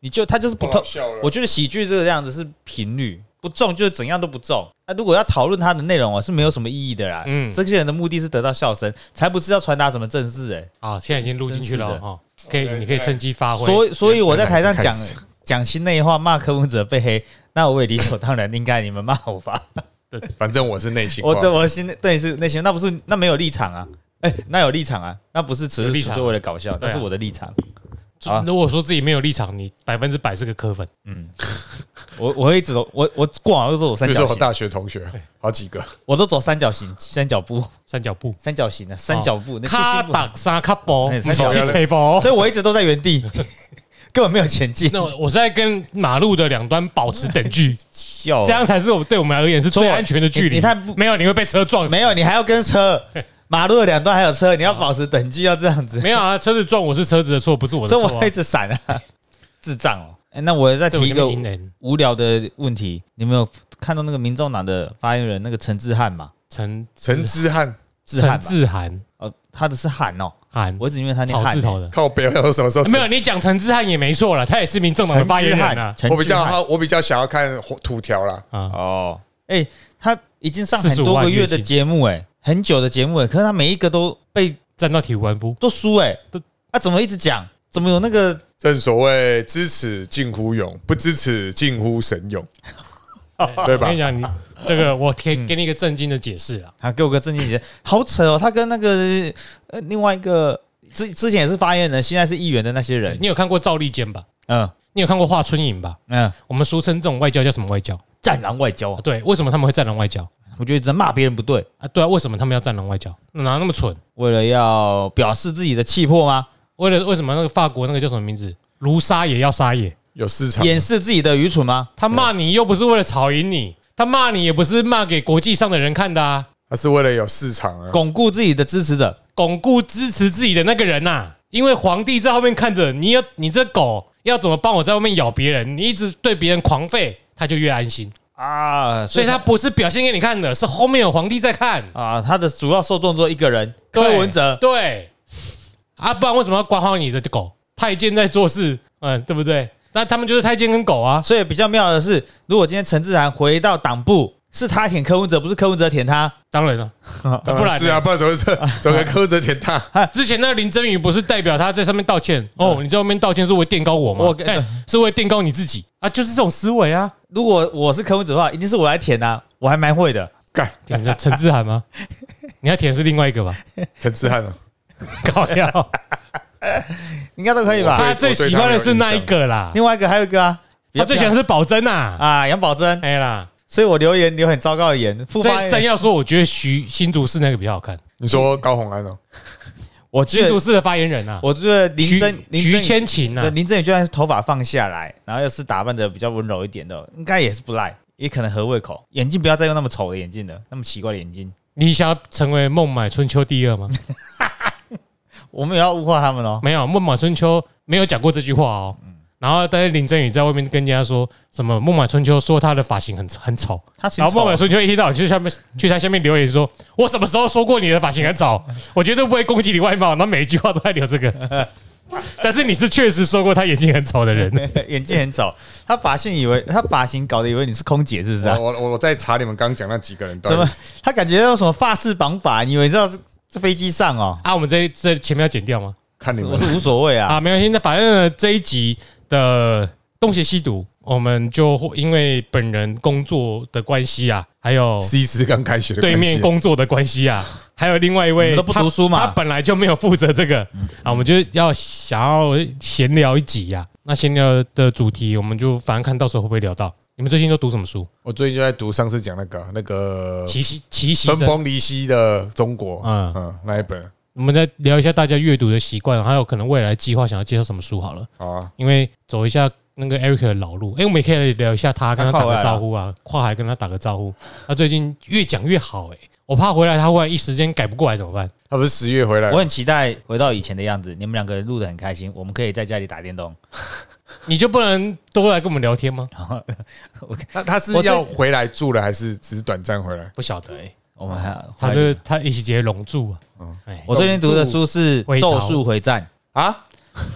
你就他就是不不透好。笑了。我觉得喜剧这个样子是频率不中，就是怎样都不中。那如果要讨论它的内容啊，是没有什么意义的啦。嗯这些人的目的是得到笑声，才不是要传达什么正事哎、啊，现在已经录进去了真是哈，可以， OK，你可以趁机发挥。所以，所以我在台上讲开始讲心内话，骂柯文哲被黑，那我也理所当然，应该你们骂我吧？反正我是内心话我这我心内对是内心，那不是那没有立场啊？哎、那有立场啊？那不是只有是立纯场粹为了搞笑，那对啊是我的立场。就啊如果说自己没有立场，你百分之百是个柯粉。我我会一直走，我我过往都走比三如角说我形，大学同学好几个，我都走三角形、三角步、三角步，三角形啊、三角步，那卡不打三卡波，哎不三是角七彩波所。以我一直都在原地， 根本没有前进。那我我是在跟马路的两端保持等距，笑这样才是我对我们而言是最错安全的距离。你你太不没有，你会被车撞死。没有，你还要跟 车，马路的两端还有车，你要保持等距，要这样子。哦没有啊，车子撞我是车子的错，不是我的所以错我啊。会一直闪啊， 智障哦、哎那我再这提我一就个没赢人。无聊的问题，你们有看到那个民众党的发言人那个陈志汉吗？陈陈之汉志汉陈吧，志涵哦，他的是汉哦，涵，我只因为他念草汉、字头的。靠北，我什么时候没有，你讲陈志汉也没错了，他也是民政党的陈发言志人汉啊，。陈我比志较汉好，我比较想要看土条啦。啊，哦，哎、他已经上很多个月的节目、哎，很久的节目、哎，可是他每一个都被站到体无完肤。都输哎、都他、怎么一直讲？怎么有那个？正所谓知耻近乎勇，不知耻近乎神 勇，对我吧跟你？讲，你这个我给给你一个正经的解释啦。他啊给我个正经解释，好扯哦！他跟那个呃另外一个之之前也是发言人，现在是议员的那些人，你有看过赵立坚吧？嗯你有看过华春莹吧？嗯，我们俗称这种外交叫什么外交？战狼外交啊啊，对，为什么他们会战狼外交我觉得只能骂别人不对，啊？对啊，为什么他们要战狼外交？哪那么蠢？为了要表示自己的气魄吗？为了为什么那个法国那个叫什么名字？卢沙也要撒野？有市场，掩饰自己的愚蠢吗？他骂你又不是为了吵赢你，他骂你也不是骂给国际上的人看的啊，他是为了有市场啊。巩固自己的支持者，巩固支持自己的那个人呐、啊因为皇帝在后面看着你，要你这狗要怎么帮我在外面咬别人？你一直对别人狂吠，他就越安心。啊，所以他不是表现给你看的，是后面有皇帝在看。啊，他的主要受众只有一个人，柯对文哲，对，啊，不然为什么要管好你的狗？太监在做事，嗯，对不对？那他们就是太监跟狗啊。所以比较妙的是，如果今天陈志涵回到党部，是他舔柯文哲，不是柯文哲舔他，当然了，当不然是啊，不然怎么是 怎么柯着舔他？之前那个林真宇不是代表他在上面道歉哦？你在外面道歉是为垫高我吗？我哎是为垫高你自己啊，就是这种思维啊。如果我是柯文哲的话，一定是我来舔啊，我还蛮会的。干舔着陈志涵吗？你要舔是另外一个吧？陈之 汉啊，搞笑，应该都可以吧？他最喜欢的是那一个啦，另外一个还有一个啊，比他较最喜欢的是宝珍呐。啊杨宝珍，哎啦，所以我留言留很糟糕的言，副发真真言，要说，我觉得徐新竹市那个比较好看，你说高红安哦，我新觉竹得市的发言人啊，我觉得林徐真林徐真千晴对啊，林真宇就算头发放下来，然后又是打扮的比较温柔一点的，应该也是不赖，也可能合胃口。眼镜不要再用那么丑的眼镜了，那么奇怪的眼镜，你想要成为孟买春秋第二吗？我们也要物化他们哦。没有，孟买春秋没有讲过这句话哦。嗯然后，但是林正宇在外面跟人家说什么孟买春秋说他的发型很很丑，他其然实后孟丑买啊春秋一天到晚去下面去他下面留言说：“我什么时候说过你的发型很丑？我绝对不会攻击你外貌。”然后每一句话都在留这个。 但是你是确实说过他眼睛很丑 的人，眼镜很丑，他发型以为他发型搞得以为你是空姐是不是啊我？我我在查你们刚讲那几个人，怎么？他感觉到什么发式绑法？你以为知道是是飞机上哦？啊，我们这这前面要剪掉吗？看你我们是无所谓啊，啊，没关系，那反正呢这一集的东邪西毒，我们就会因为本人工作的关系啊，还有 C 四刚开学的对面公工作的关系啊，还有另外一你位们都不他读书嘛他本来就没有负责这个啊，我们就要想要闲聊一集呀、那闲聊的主题，我们就反正看到时候会不会聊到。你们最近都读什么书？我最近就在读上次讲那个那个奇袭奇袭分生，崩离析的中国，嗯嗯嗯，那一本我们再聊一下大家阅读的习惯，还有可能未来计划想要介绍什么书好了。好啊，因为走一下那个 Eric 的老路，哎、我们也可以来聊一下他，跟他打个招呼啊，跨海跟他打个招呼。他最近越讲越好、哎，我怕回来他忽然一时间改不过来怎么办？他不是十月回来我，很期待回到以前的样子。你们两个人录的很开心，我们可以在家里打电动。你就不能都来跟我们聊天吗？他他是我这要回来住了，还是只是短暂回来？ 不晓得、哎，我们还他这他一起直接拢住啊。嗯哎，我最近读的书是回《逃咒术回战啊，》，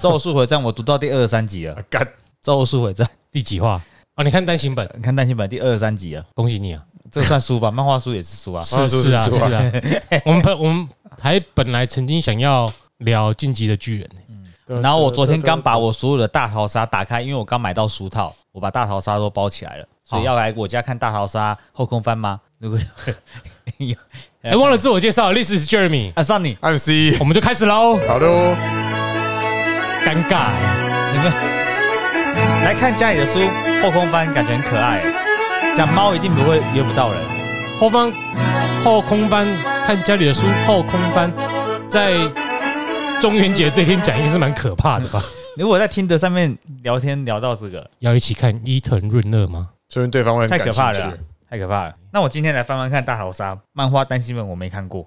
《咒术回战》我读到第二十三集了。干咒术回战》第几话？哦，你看单行本，你看单行本第二十三集了，恭喜你啊！这算书吧？漫画书也是书啊。啊是是啊是是啊，我们本我们还本来曾经想要聊《晋级的巨人》然后我昨天刚把 我所有的大逃杀打开，因为我刚买到书套，我把大逃杀都包起来了，所以好要来我家看大逃杀后空翻吗？如果有哎，忘了自我介绍，This is Jeremy，啊，上你按 C，我们就开始喽。好的哦，尴尬欸，你们来看家里的书后空翻，感觉很可爱。讲猫一定不会约不到人，后方后空翻，看家里的书后空翻，在中元节这天讲也是蛮可怕的吧？如果在听的上面聊天聊到这个， 要一起看伊藤润二吗？说明对方会很太感可兴怕了啊趣。，太可怕了。那我今天来翻翻看《大逃杀》漫画单行本，我没看过，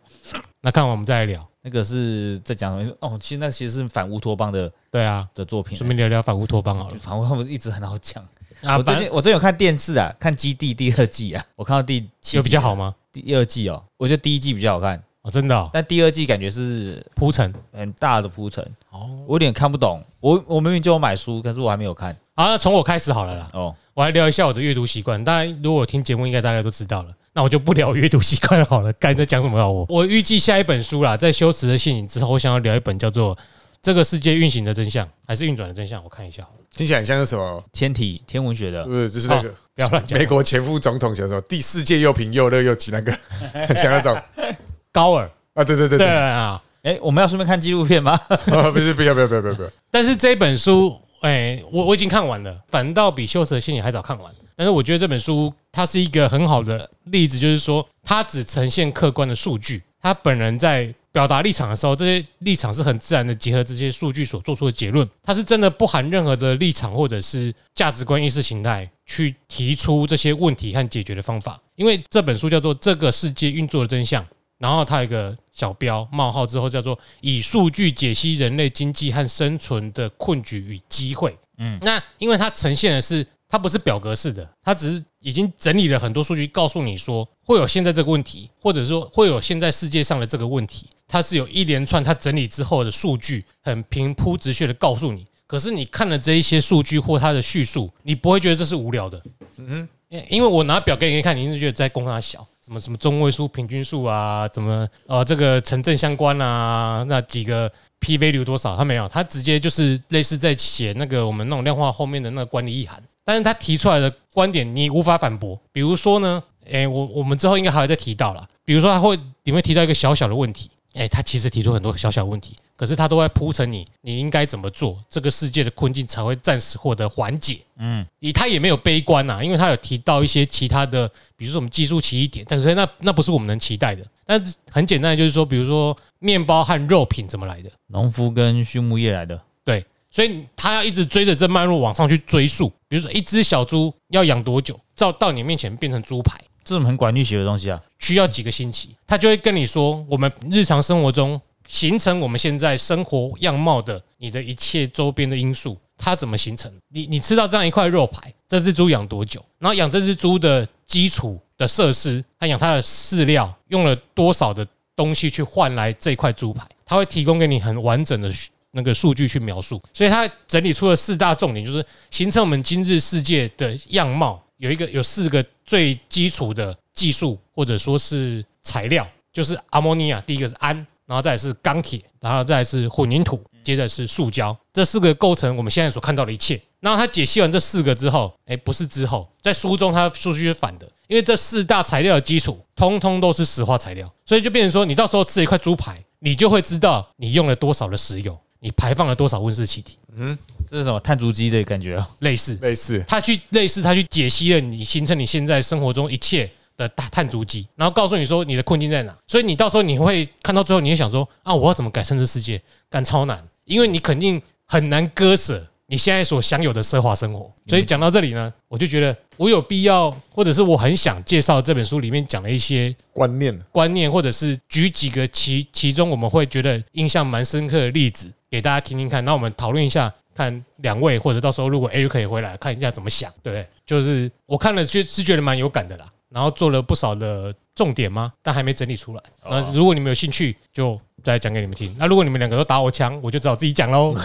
那看完我们再来聊。那个是在讲什么？哦，其实那其实是反乌托邦的对啊，的作品，顺便聊聊反乌托邦好了。反乌托邦一直很好讲。啊，我最反近我最近有看电视啊，看《基地》第二季啊，我看到第七季有比较好吗？第二季哦，我觉得第一季比较好看，哦，真的哦但第二季感觉是铺陈很大的铺陈，哦。我有点看不懂。我我明明就有买书，可是我还没有看好，啊那从我开始好了啦。哦。我来聊一下我的阅读习惯。当然，如果有听节目，应该大家都知道了。那我就不聊我阅读习惯好了。该在讲什么啊？我我预计下一本书啦，在《修辞的陷阱》之后，我想要聊一本叫做《这个世界运行的真相》还是运转的真相？我看一下好了，听起来很像是什么？天体天文学的是不是就是那个不要乱讲。美国前副总统写的什么“第世界又贫又热又急”那个， 很像那种高尔啊？对对对对，对啊，哎、我们要顺便看纪录片吗？ 啊 不是不要不要不要不要不要，但是这本书，哎、我我已经看完了，反倒比《羞耻的陷阱》还早看完。但是我觉得这本书它是一个很好的例子，就是说它只呈现客观的数据，他本人在表达立场的时候，这些立场是很自然的结合这些数据所做出的结论，它是真的不含任何的立场或者是价值观、意识形态去提出这些问题和解决的方法。因为这本书叫做《这个世界运作的真相》，然后它有一个小标冒号之后叫做“以数据解析人类经济和生存的困局与机会”。嗯，那因为它呈现的是它不是表格式的，它只是已经整理了很多数据，告诉你说会有现在这个问题，或者说会有现在世界上的这个问题。它是有一连串它整理之后的数据，很平铺直叙的告诉你。可是你看了这一些数据或它的叙述，你不会觉得这是无聊的，因因为我拿表给你看，你一定觉得在供它小，什么什么中位数、平均数啊，怎么呃这个城镇相关啊，那几个 P V 流多少，他没有，他直接就是类似在写那个我们那种量化后面的那个管理意涵，但是他提出来的观点你无法反驳。比如说呢，诶、我我们之后应该还会再提到啦，比如说他会你会提到一个小小的问题。诶，他其实提出很多小小的问题，可是他都在铺陈你，你应该怎么做，这个世界的困境才会暂时获得缓解。以他也没有悲观啊呐、因为他有提到一些其他的，比如说我们技术奇异点，但是那那不是我们能期待的。但是很简单的就是说，比如说面包和肉品怎么来的，农夫跟畜牧业来的，对，所以他要一直追着这脉络往上去追溯。比如说一只小猪要养多久，照到你面前变成猪排，这种很管律学的东西啊。需要几个星期，他就会跟你说，我们日常生活中形成我们现在生活样貌的你的一切周边的因素，它怎么形成？你你吃到这样一块肉排，这只猪养多久？然后养这只猪的基础的设施，它养它的饲料用了多少的东西去换来这块猪排？它会提供给你很完整的那个数据去描述，所以它整理出了四大重点，就是形成我们今日世界的样貌，有一个有四个最基础的技术或者说是材料，就是阿莫尼亚，第一个是氨，然后再来是钢铁，然后再来是混凝土，接着是塑胶，这四个构成我们现在所看到的一切。然后他解析完这四个之后，哎，不是之后，在书中他数据是反的，因为这四大材料的基础通通都是石化材料，所以就变成说，你到时候吃一块猪排，你就会知道你用了多少的石油，你排放了多少温室气体，这是什么碳足迹的感觉啊？类似类似他去类似他去解析了你形成你现在生活中一切的碳碳足迹，然后告诉你说你的困境在哪，所以你到时候你会看到最后，你会想说啊，我要怎么改善这世界？干超难，因为你肯定很难割舍你现在所享有的奢华生活。所以讲到这里呢，我就觉得我有必要，或者是我很想介绍这本书里面讲的一些观念，观念，或者是举几个其其中我们会觉得印象蛮深刻的例子给大家听听看，那我们讨论一下，看两位哎或者到时候如果 Eric 也回来看一下怎么想，对不对？就是我看了就是觉得蛮有感的啦。然后做了不少的重点吗？但还没整理出来。那如果你们有兴趣，就再讲给你们听。那如果你们两个都打我枪，我就只好自己讲喽。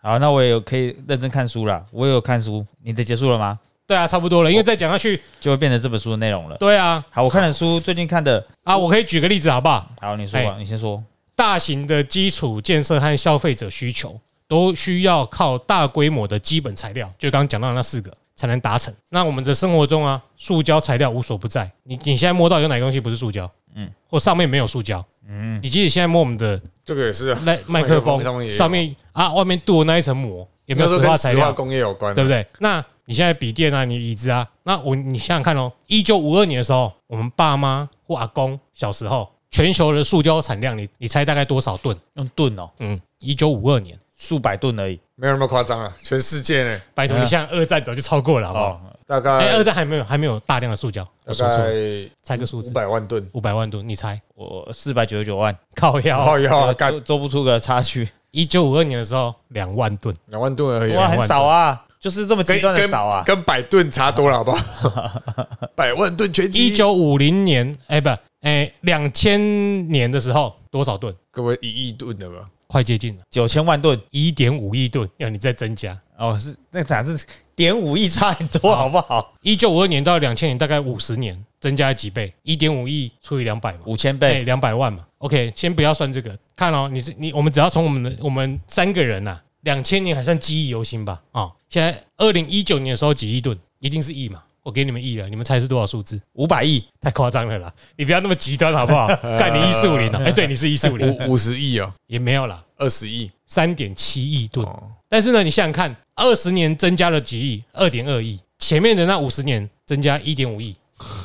好，那我也有可以认真看书啦，我也有看书。你的结束了吗？对啊，差不多了，因为再讲下去，就会变成这本书的内容了。对啊，好，我看的书最近看的，啊，我可以举个例子好不好？好，你说哎吧，你先说。大型的基础建设和消费者需求都需要靠大规模的基本材料，就刚刚讲到的那四个才能达成。那我们的生活中啊，塑胶材料无所不在。你你现在摸到有哪个东西不是塑胶？嗯嗯，或上面没有塑胶。嗯，你即使现在摸我们的这个也是啊，麦麦麦克克风风上面也有上面啊，外面镀的那一层膜，有没有那时候石化跟材石化料？工业有关啊，对不对？那你现在笔电啊，你椅子啊，那我你想想看哦，一九五二年的时候，我们爸妈或阿公小时候，全球的塑胶产量，你你猜大概多少吨？用吨哦，嗯，一九五二年，数百吨而已。没有那么夸张啊，全世界呢，拜托嗯你想想二战早就超过了，好不好？哦，大哎、概二战还没有还没有大量的塑胶，我大说错了，概猜个数五字，百万吨，五百万吨，你猜？我四百九十九万，靠腰，哦哟，干做做不出个差距，一九五二年的时候两万吨，两万吨而已哇，啊，很少啊，就是这么极跟端的跟少啊。跟百吨差多了，好不好？ 百万吨全一击，九五零年，哎、不，哎、两千年的时候多少吨？各位一亿吨的吧？快接近了，九千万吨一点五亿吨，要你再增加。哦，是那哪是点五亿差很多，好不好？一九五二年到两千年，大概五十年，增加了几倍？一点五亿除以两百嘛，五千哎，倍，两百万嘛。OK，先不要算这个，看哦，你是你，我们只要从我们的我们三个人呐、啊，两千年还算记忆犹新吧？啊、哦，现在二零一九年的时候几亿吨，一定是亿嘛？我给你们亿了，你们猜是多少数字？五百亿，太夸张了啦！你不要那么极端好不好？干你一四五零了，哎，对，你是一四 五零，五五十亿哦，也没有啦，二十亿三点七亿吨。哦，但是呢，你想想看，二十年增加了几亿，二点二亿，前面的那五十年增加一点五亿，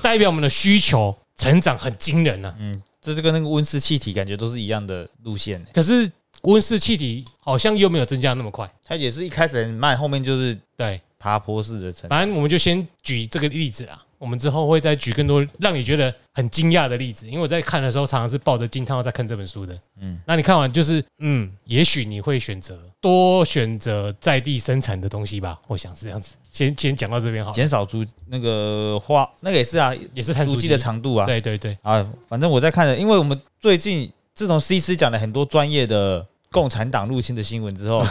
代表我们的需求成长很惊人呐、啊。嗯，这就跟那个温室气体感觉都是一样的路线。欸可是温室气体好像又没有增加那么快。它也是一开始很慢，后面就是对，爬坡式的成长。反正我们就先举这个例子啦。我们之后会再举更多让你觉得很惊讶的例子，因为我在看的时候常常是抱着惊叹号在看这本书的。嗯嗯，那你看完就是，嗯，也许你会选择多选择在地生产的东西吧，我想是这样子。先 先讲到这边好了，减少租那个花，那哦个也是啊，也是碳足足迹迹的长度啊。对对对，啊，反正我在看的，因为我们最近自从 CC 讲了很多专业的共产党入侵的新闻之 后，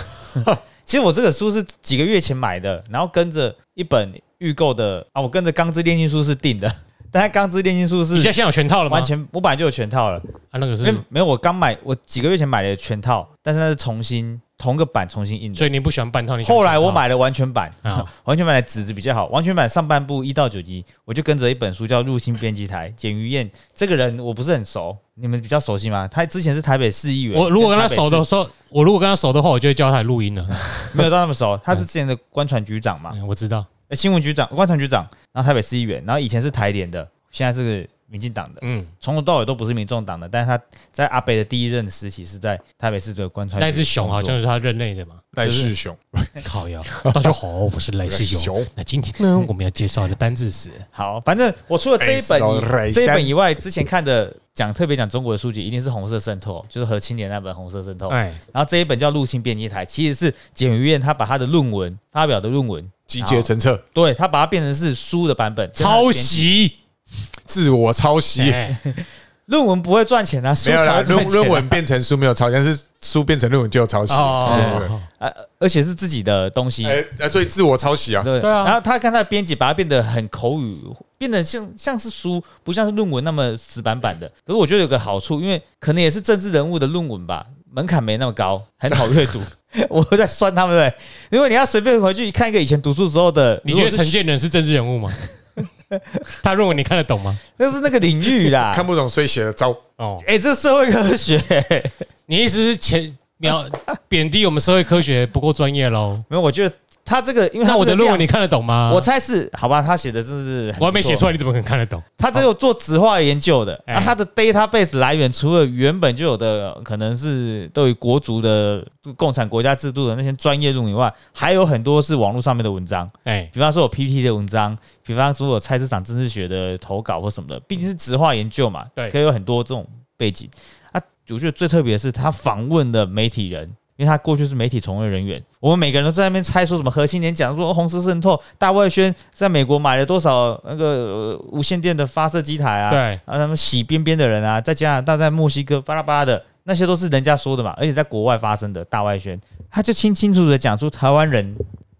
其实我这个书是几个月前买的，然后跟着一本预购的啊，我跟着《钢之炼金术》是订的，但它《钢之炼金术》你现在是现在有全套了吗？完全我本来就有全套了，啊，那个是因为，没有我刚买，我几个月前买的全套，但是它是重新同个版重新印的所。以你不喜欢半套，你喜欢后来全套我买了完全版啊，完全版的纸质比较好。完全版上半部一到九集，我就跟着一本书叫《入侵编辑台》，简于燕这个人我不是很熟，你们比较熟悉吗？他之前是台北市议员，我如果跟他台北市熟的时候，我如果跟他熟的话，我就会叫他来录音了。 没有到那么熟，他是之前的官船局长嘛，嗯我知道，呃新闻局长、官船局长，然后台北市议员，然后以前是台联的，现在是民进党的，嗯，从头到尾都不是民众党的，但是他在阿北的第一任时期是在台北市的官船局那只熊好工作像是他任内的嘛。赖世雄，靠 呀，大家好，我是赖世雄熊。那今天呢，嗯我们要介绍的单字是好，反正我除了这一本哎以是这一本以外，之前看的讲特别讲中国的书籍，一定是《红色渗透》，就是何清濂那本《红色渗透》。哎，然后这一本叫《入侵编辑台》，其实是简于燕他把他的论文发表的论文集结，然后成册，对他把它变成是书的版本，抄跟他的编辑。袭。自我抄袭。哎论文不会赚钱啊，书没有啦，才会赚论钱啊论文变成书没有抄袭，但是书变成论文就有抄袭。对哦，呃，而且是自己的东西。哎哎，所以自我抄袭啊，对对啊然后他看他的编辑把它变得很口语，变得像像是书，不像是论文那么死板板的。可是我觉得有个好处，因为可能也是政治人物的论文吧，门槛没那么高，很好阅读。 我在酸他们对不对，因为你要随便回去看一个以前读书时候的，你觉得如果陈是建仁是政治人 物吗？他认为你看得懂吗？那是那个领域 啦看？不懂所以写的糟。哦，哎、这是社会科学、 你意思是前秒贬低我们社会科学不够专业喽？没有，我觉得他这个，因为他那我这的个论文你量，看得懂吗？我猜是好吧？他写的真是很我还没不写错出来，你怎么可能看得懂？他只有做质化研究的，哎那、他的 database 来源除了原本就有的，呃可能是都有国族的共产国家制度的那些专业论文以外，还有很多是网络上面的文章，哎，比方说有 PPT 的文章，比方说有菜市场政治学的投稿或什么的，毕竟是质化研究嘛，对可以有很多这种背景。啊，我觉得最特别的是他访问的媒体人，因为他过去是媒体从业人员，我们每个人都在那边猜说什么核心联讲说、哦红石渗透、大外宣在美国买了多少那个、呃无线电的发射机台啊，哎对，啊，他们洗边边的人啊，在加拿大、在墨西哥巴拉巴拉的，那些都是人家说的嘛，而且在国外发生的大外宣，他就清清楚楚的讲出台湾人、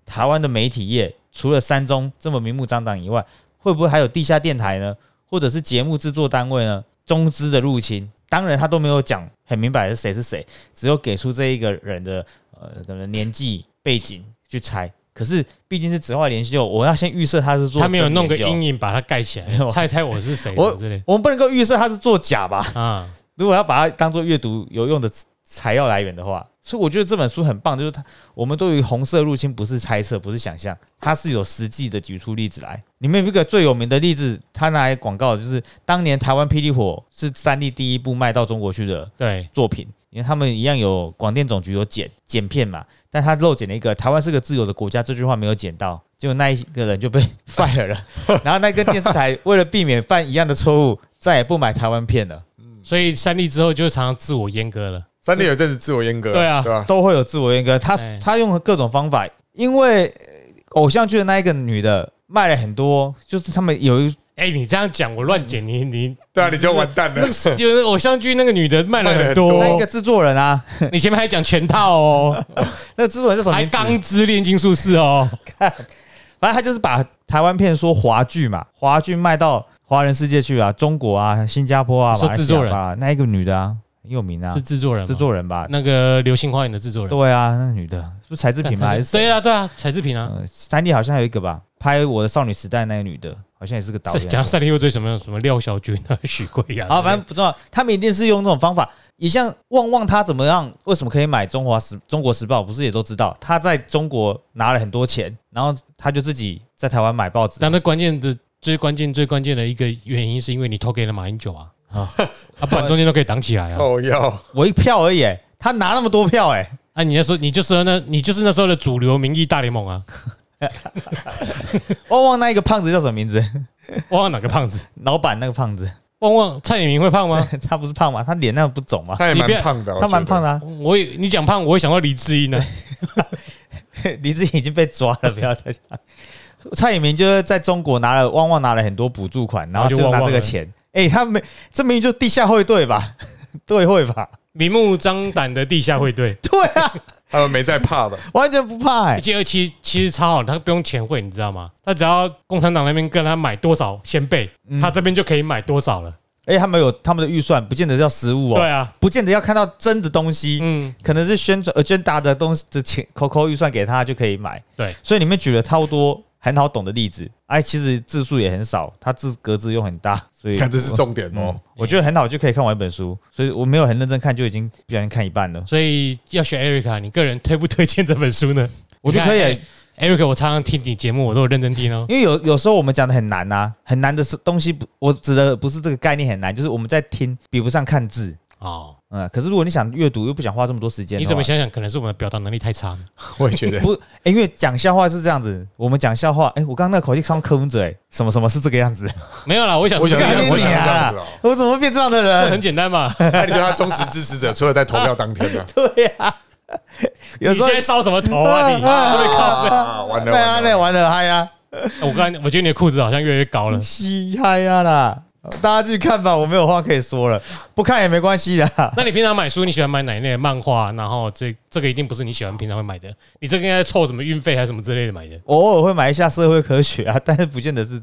台湾的媒体业，除了三中这么明目张胆以外，会不会还有地下电台呢？或者是节目制作单位呢？中资的入侵，当然他都没有讲很明白是谁是谁，只有给出这一个人的呃可能年纪背景去猜。可是毕竟是紫外联系，我要先预设他是做他没有弄个正研究阴影把它盖起没有来，猜猜我是谁什我么之类我们不能够预设他是作假吧？啊，如果要把它当做阅读有用的材料来源的话，所以我觉得这本书很棒，就是它我们对于红色入侵不是猜测，不是想象，它是有实际的举出例子来。里面有一个最有名的例子，他拿来广告的就是当年台湾霹雳火是三立第一部卖到中国去的对，作品，因为他们一样有广电总局有剪剪片嘛，但他漏剪了一个“台湾是个自由的国家”这句话没有剪到，结果那一个人就被 fire 了。然后那个电视台为了避免犯一样的错误，再也不买台湾片了。所以三立之后就常常自我阉割了，三弟有一阵子自我阉割，对啊对吧？都会有自我阉割。他对他用各种方法，因为呃偶像剧的那一个女的卖了很多，就是他们有一哎，你这样讲我乱剪你你，对啊，你就完蛋了。有那个偶像剧那个女的卖了卖了很很那一多个，制作人啊，你前面还讲全套 哦，那个制作人叫什么还名字？钢之炼金术士哦，反正他就是把台湾片说华剧嘛，华剧卖到华人世界去啊，中国啊、新加坡啊，你说马来西亚制作人啊，那一个女的啊，很有名啊是，制作人吗，制作人吧？那个《流星花园》的制作人，对啊，那个女的是不是柴智屏吗？还是谁 对啊对啊，柴智屏啊，呃，三弟好像有一个吧，拍《我的少女时代》那个女的，好像也是个导是演。啊讲到三零又追什么什么廖小军啊、 许贵阳之类的，好，反正不重要，他们一定是用这种方法。也像旺旺他怎么样，为什么可以买中华时中国时报，不是也都知道？他在中国拿了很多钱，然后他就自己在台湾买报纸。但那关键的最关键最关键的一个原因，是因为你投给了马英九啊，啊啊，不然中间都可以挡起来啊。哦要我一票而已、他拿那么多票、欸，啊，你那时候你就是那，你就是那时候的主流民意大联盟啊，旺旺那一个胖子叫什么名字？旺旺哪个胖子？老板那个胖子，旺旺蔡衍明会胖吗？ 他不是胖吗？他脸那么不肿吗？他也你不蛮要胖的，他蛮胖的、的。啊， 我以你讲胖，我会想到黎智英呢。啊李志颖已经被抓了，不要再讲。蔡衍明就是在中国拿了旺旺拿了很多补助款，然后就拿这个钱。哎、他没这明明就地下会对吧？ 对会吧？，明目张胆的地下会队 对啊。他们没在怕的，完全不怕、欸。一二七其实超好，他不用钱汇，你知道吗？他只要共产党那边跟他买多少先辈，嗯他这边就可以买多少了。而且他们有他们的预算，不见得要实物哦，对啊，不见得要看到真的东西，嗯，可能是宣传 agenda 的东西的钱，扣扣预算给他就可以买。对，所以里面举了超多很好懂的例子，哎，其实字数也很少，它字格子又很大，所以嗯看这是重点哦。我觉得很好就可以看完一本书，所以我没有很认真看，就已经不小心看一半了。所以要选 Erica，你个人推不推荐这本书呢？我觉得可以你看。Erica，我常哎常听你节目，我都有认真听哦。因为有有时候我们讲的很难呐、很难的是东西不，我指的不是这个概念很难，就是我们在听比不上看字，哦，嗯，可是如果你想阅读又不想花这么多时间，你怎么？想想，可能是我们的表达能力太差了。我也觉 得不，欸、因为讲笑话是这样子，我们讲笑话，哎、我刚刚那口气像柯文哲，哎，什么什么是这个样子？没有啦，我想我想干这 你样，娘我想这样子哦。我怎么会变这样的这人 很？简单嘛。那你觉得他忠实支持者，除了在投票当天呢？对呀、有你时候现在烧什么头啊 你？啊，完了对啊，完那了，玩的嗨呀，我刚才我觉得你的裤子好像越来越高了。嘻嗨呀啦！大家去看吧，我没有话可以说了，不看也没关系啦。 那你平常买书，你喜欢买哪一类的漫画？然后这这个一定不是你喜欢平常会买的，你这个应该凑什么运费还是什么之类的买的。我偶尔会买一下社会科学啊， 但是不见得是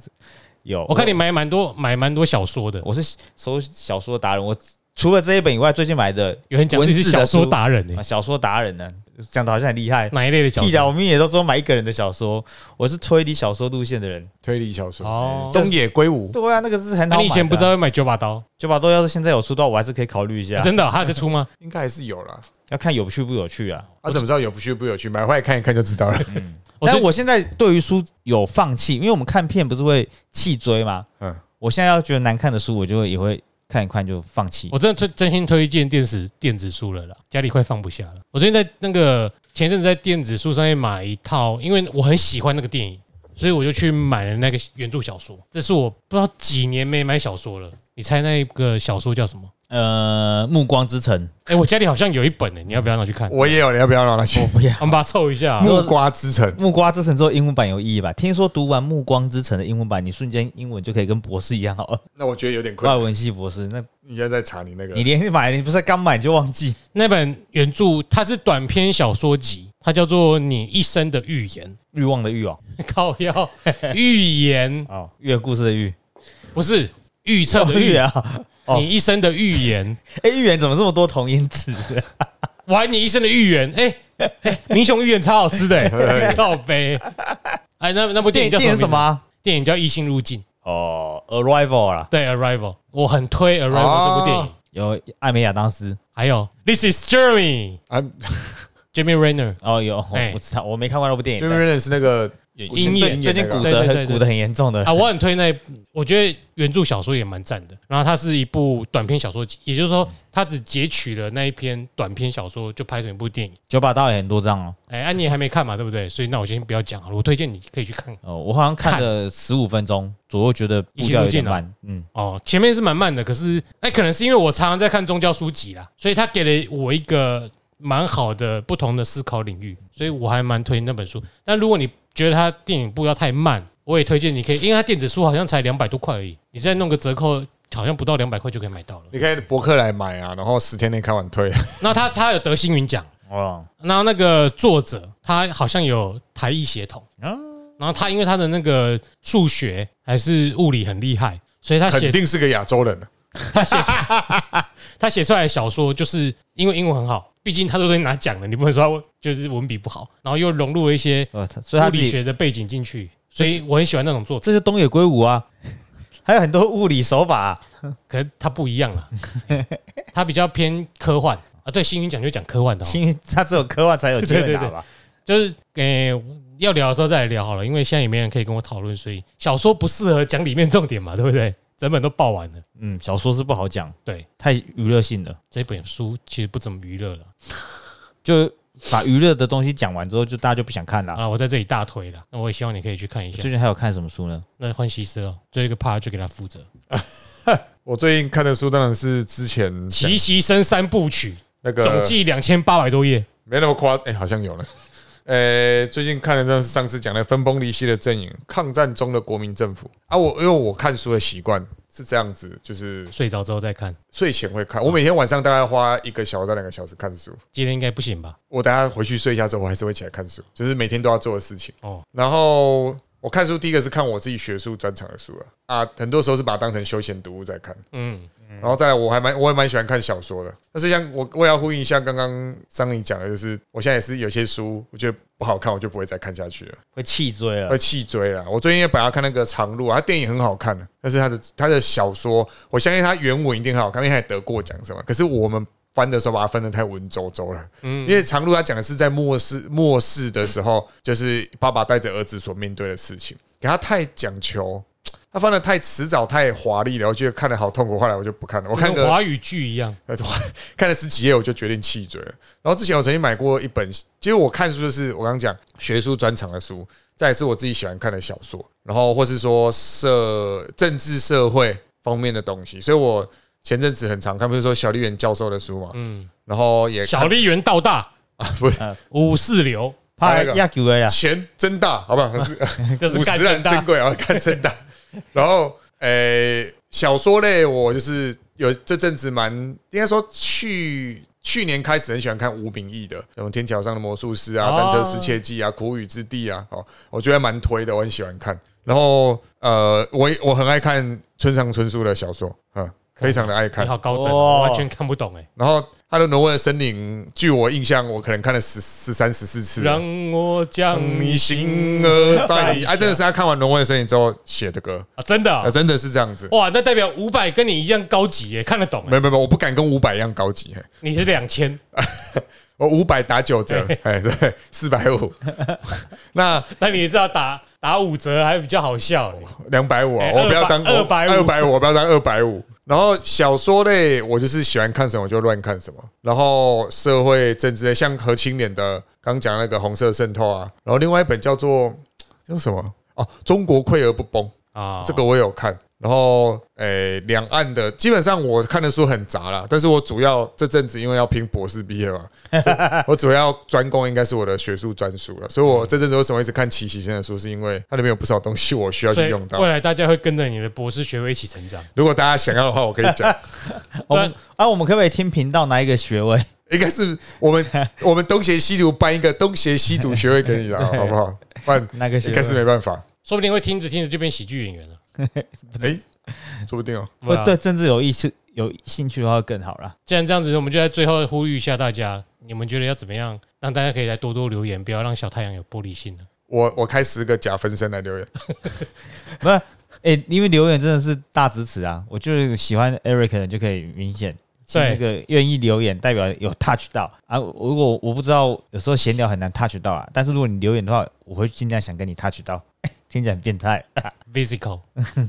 有。我看你买蛮多，买蛮多小说的，我，我是搜小说达人，我除了这一本以外，最近买的有人讲自己是小说达人呢、欸啊小说达人呢，讲的好像很厉害。哪一类的小屁啦，说？我们也都只有买一个人的小说，我是推理小说路线的人。推理小说，哦中野圭吾，对啊，那个是很那、好买的啊、你以前不知道会买九把刀，九把刀要是现在有出到，我还是可以考虑一下，啊真的、哦？他有在出吗？应该还是有啦。要看有趣不有趣啊。他怎么知道有不去不有趣？买回来看一看就知道了。我但最我现在对于书有放弃，因为我们看片不是会弃追吗？嗯，我现在要觉得难看的书，我就会也会看一看就放弃。我真的推真心推荐电子电子书了啦，家里快放不下了。我最近在那个前阵子在电子书上面买一套，因为我很喜欢那个电影，所以我就去买了那个原著小说。这是我不知道几年没买小说了。你猜那个小说叫什么？嗯呃，《暮光之城》哎、我家里好像有一本呢、你要不要拿去看？我也有，你要不要拿去？不要，我们把它凑一下、啊木瓜之城《暮光之城》之后英文版有意义吧？听说读完《暮光之城》的英文版，你瞬间英文就可以跟博士一样好了，那我觉得有点困外难。文系博士。那你现在在查你那个你连买，你不是刚买就忘记？那本原著它是短篇小说集，它叫做《你一生的预言 欲望的欲哦，》，靠 腰预言哦，月故事的预，不是预测哦的预预，啊，哦你一生的预言， 哎，预言怎么这么多同音字？玩你一生的预言，哎、哎民雄预言超好吃的、欸，靠背。哎，那那部电影叫什么？什么？啊？电影叫《异星入境》，哦，Arrival 啦，对，《Arrival》，我很推《Arrival》这部电影。哦有艾美亚当斯。还有《This Is Jeremy 啊 j e r m y Rainer，哦，有，哎我不知道，我没看过那部电影。 ，Jeremy r e n 是那个古音乐最最啊近骨对折对对很对骨得很严重的 啊，我很推那一部，我觉得原著小说也蛮赞的。然后它是一部短篇小说集，也就是说，它只截取了那一篇短篇小说，就拍成一部电影。九把刀也很多张哦。哎，安妮还没看嘛，对不对？所以那我先不要讲好了，我推荐你可以去看。哦，我好像看了十五分钟左右，觉得步调有点慢。嗯，哦，前面是蛮慢的，可是哎，可能是因为我常常在看宗教书籍啦，所以他给了我一个蛮好的不同的思考领域，所以我还蛮推那本书。但如果你觉得它电影不要太慢，我也推荐你可以，因为它电子书好像才两百多块而已，你再弄个折扣，好像不到两百块就可以买到了。你可以博客来买啊，然后十天内看完啊退。那他他有得星云奖，哦，然后那个作者他好像有台艺协同，啊然后他因为他的那个数学还是物理很厉害，所以他 写肯定是个亚洲人啊他写他写出来的小说，就是因为英文很好，毕竟他都已经拿奖了，你不能说他就是文笔不好，然后又融入了一些呃，他所以他物自理己学的背景进去，所以我很喜欢那种作品。这就东野圭吾啊， 还有很多物理手法啊。可是他不一样了，他比较偏科幻啊。对，星云奖就讲科幻的、哦，亲，他只有科幻才 有机会打吧？就是诶、要聊的时候再来聊好了，因为现在也没人可以跟我讨论，所以小说不适合讲里面重点嘛，对不对？整本都爆完了，嗯，小说是不好讲，对，太娱乐性了，这本书其实不怎么娱乐了就把娱乐的东西讲完之后，就大家就不想看了。啊。我在这里大推了，那我也希望你可以去看一我下最。近还有看什么书呢？那换西施哦，最后一个 part 就给他负责。我最近看的书当然是之前讲奇袭生三部曲，那个总计两千八百多页。没那么夸，哎、好像有了。呃、最近看的那是上次讲的分崩离析的阵营，抗战中的国民政府啊。我因为我看书的习惯是这样子，就是睡着之后再看，睡前会看，我每天晚上大概花一个小时到两个小时看书。今天应该不行吧？我等下回去睡一下之后，我还是会起来看书，就是每天都要做的事情。哦哦，然后我看书第一个是看我自己学术专长的书啊，啊，很多时候是把它当成休闲读物在看。嗯，然后再来，我还蛮我也蛮喜欢看小说的。但是像我，我也要呼应一下刚刚张颖讲的，就是我现在也是有些书我觉得不好看，我就不会再看下去了，会气追了会。弃追了。我最近也本来要看那个《长路》啊，它电影很好看的，但是它的它的小说，我相信它原文一定很好看，因为它也得过奖什么。可是我们翻的时候把它翻的太文绉绉了，因为《长路》它讲的是在末世末世的时候，就是爸爸带着儿子所面对的事情，给他太讲求。他翻的太迟早太华丽了，我觉得看的好痛苦。后来我就不看了，我我看个华语剧一样，呃，看了十几页我就决定弃追了。然后之前我曾经买过一本，其实我看书就是我刚刚讲学术专长的书，再来是我自己喜欢看的小说，然后或是说社政治社会方面的东西。所以我前阵子很常看，比如说小笠原教授的书嘛，嗯，然后也看小笠原道大 不是五四流，怕那个压球了啦，钱真大，好不 好？是这啊是五干十人珍正大。贵 啊，看真的。然后，诶、小说类我就是有这阵子蛮，应该说去去年开始很喜欢看吴秉义的，什么《天桥上的魔术师》啊，哦《单车失窃记》啊，《苦雨之地》啊，哦，我觉得蛮推的，我很喜欢看。然后，呃，我也我很爱看村上春树的小说，嗯，非常的爱看你。好高等哦，哦我完全看不懂哎。然后他的《挪威的森林》，据我印象，我可能看了十十三十四次了。让我将让你你心心儿在在 意。哎，真的是他看完《挪威的森林》之后写的歌，啊，真的啊啊，真的是这样子。哇，那代表五百跟你一样高级耶，看得懂没哎。有没有没有，我不敢跟五百一样高级，嘿你是两千，我五百打九 折，哎，对，四百五，那 那你知道打打五折还比较好笑哎。两百五，啊哎我不要当200 250二百五，我不要当二百五。然后小说类，我就是喜欢看什么就乱看什么。然后社会政治类，像何清濂的刚讲那个《红色渗透》啊，然后另外一本叫做叫什么哦，《中国溃而不崩》，啊这个我有看。然后，诶、两岸的基本上我看的书很杂啦，但是我主要这阵子因为要拼博士毕业 嘛，所以我主要专攻应该是我的学术专书了。所以我这阵子为什么一直看齐齐先生的书，是因为它里面有不少东西我需要所去以用到未。来大家会跟着你的博士学位一起成长。如果大家想要的话，我可以 讲，我们啊，我们可不可以听频道拿一个学 位？应该是我们我们东邪西毒办一个东邪西毒学位给 你了，好不好？不然拿个学应位该是没办法。说不定会听着听着就变喜剧演员了。诶，说不定哦。不对，政治有意识、有兴趣的话更好啦。既然这样子，我们就在最后呼吁一下大家，你们觉得要怎么样让大家可以来多多留言，不要让小太阳有玻璃心呢？我我开十个假分身来留 言，不 是，哎、因为留言真的是大支持啊！我就是喜欢 Eric 的人就可以明显。是对那个愿意留言，代表有 touch 到啊！我如果我不知道，有时候闲聊很难 touch 到啊。但是如果你留言的话，我会尽量想跟你 touch 到。 听起来很变态， physical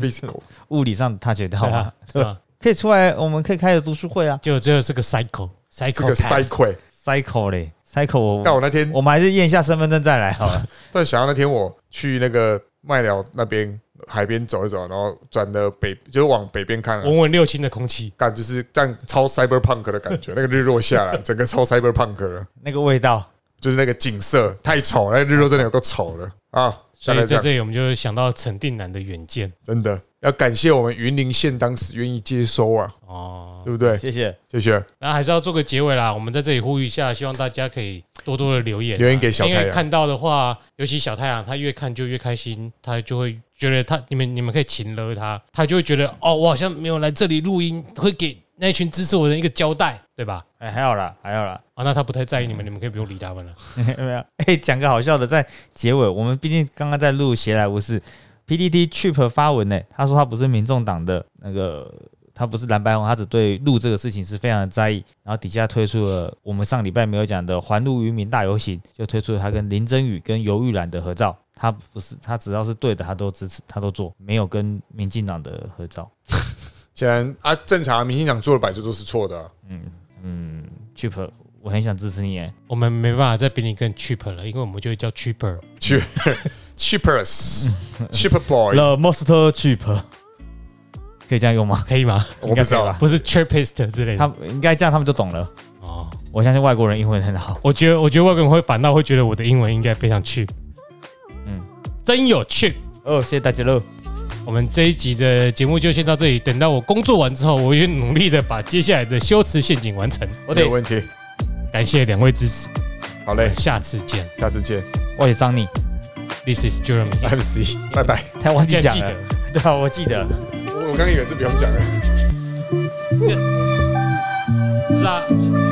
必死狗物理上 touch 到啊对吧？， 是吧？可以出来，我们可以开个读书会啊。结果最后是个 cycle 这个 cycle cycle。 cycle 嘞，cycle 我但我那天我们还是验一下身份证再来好了。但想到那天我去那个麦寮那边海边走一走，然后转的北，就是往北边看、啊闻，闻六亲的空气，感就是但超 cyberpunk 的感觉，那个日落下来，整个超 cyberpunk 的，那个味道，就是那个景色太丑，那个日落真的有够丑的啊！所大以概这在样，这里我们就想到陈定南的远见真的要感谢我们云林县当时愿意接收啊，哦。对不对？谢谢。谢谢。然后还是要做个结尾啦，我们在这里呼吁一下，希望大家可以多多的留言啊，留言给小太阳因为看到的话，尤其小太阳，他越看就越开心，他就会觉得他你们你们可以勤了他，他就会觉得哦，我好像没有来这里录音，会给那群支持我的人一个交代，对吧？哎、还好啦，还好啦，啊，那他不太在意你们，你们可以不用理他们了。 没有。哎，讲个好笑的，在结尾，我们毕竟刚刚在录《闲来无事》，PDD Chip 发文呢、他说他不是民众党的那个，他不是蓝白红，他只对路这个事情是非常的在意。然后底下推出了我们上礼拜没有讲的“环路渔民大游行”，就推出了他跟林真宇跟尤玉兰的合照。他不是他只要是对的，他都支持，他都做，没有跟民进党的合照。显然啊，正常民进党做的摆就都是错的啊、嗯，Chip，我很想支持你耶。我们没办法再比你更 cheap 了，因为我们就会叫 cheaper。去 cheapers cheaper boy， The Most Cheap，可以这样用吗？可以吗？我不知道啊，不是 cheapest 之类的。他们应该这样，他们就懂了。哦，我相信外国人英文很好。我觉得，我觉得外国人会反倒会觉得我的英文应该非常 cheap。嗯嗯，真有 cheap。哦，谢谢大家喽。我们这一集的节目就先到这里，等到我工作完之后，我会努力的把接下来的修辞陷阱完成。我没得有，问题。感谢两位支持，好嘞，下次见。下次见我得伤你， This is Jeremy， ，M C，拜 拜。他忘记讲记了得。 对啊，我记得。我我刚以为是不用讲了。是啊。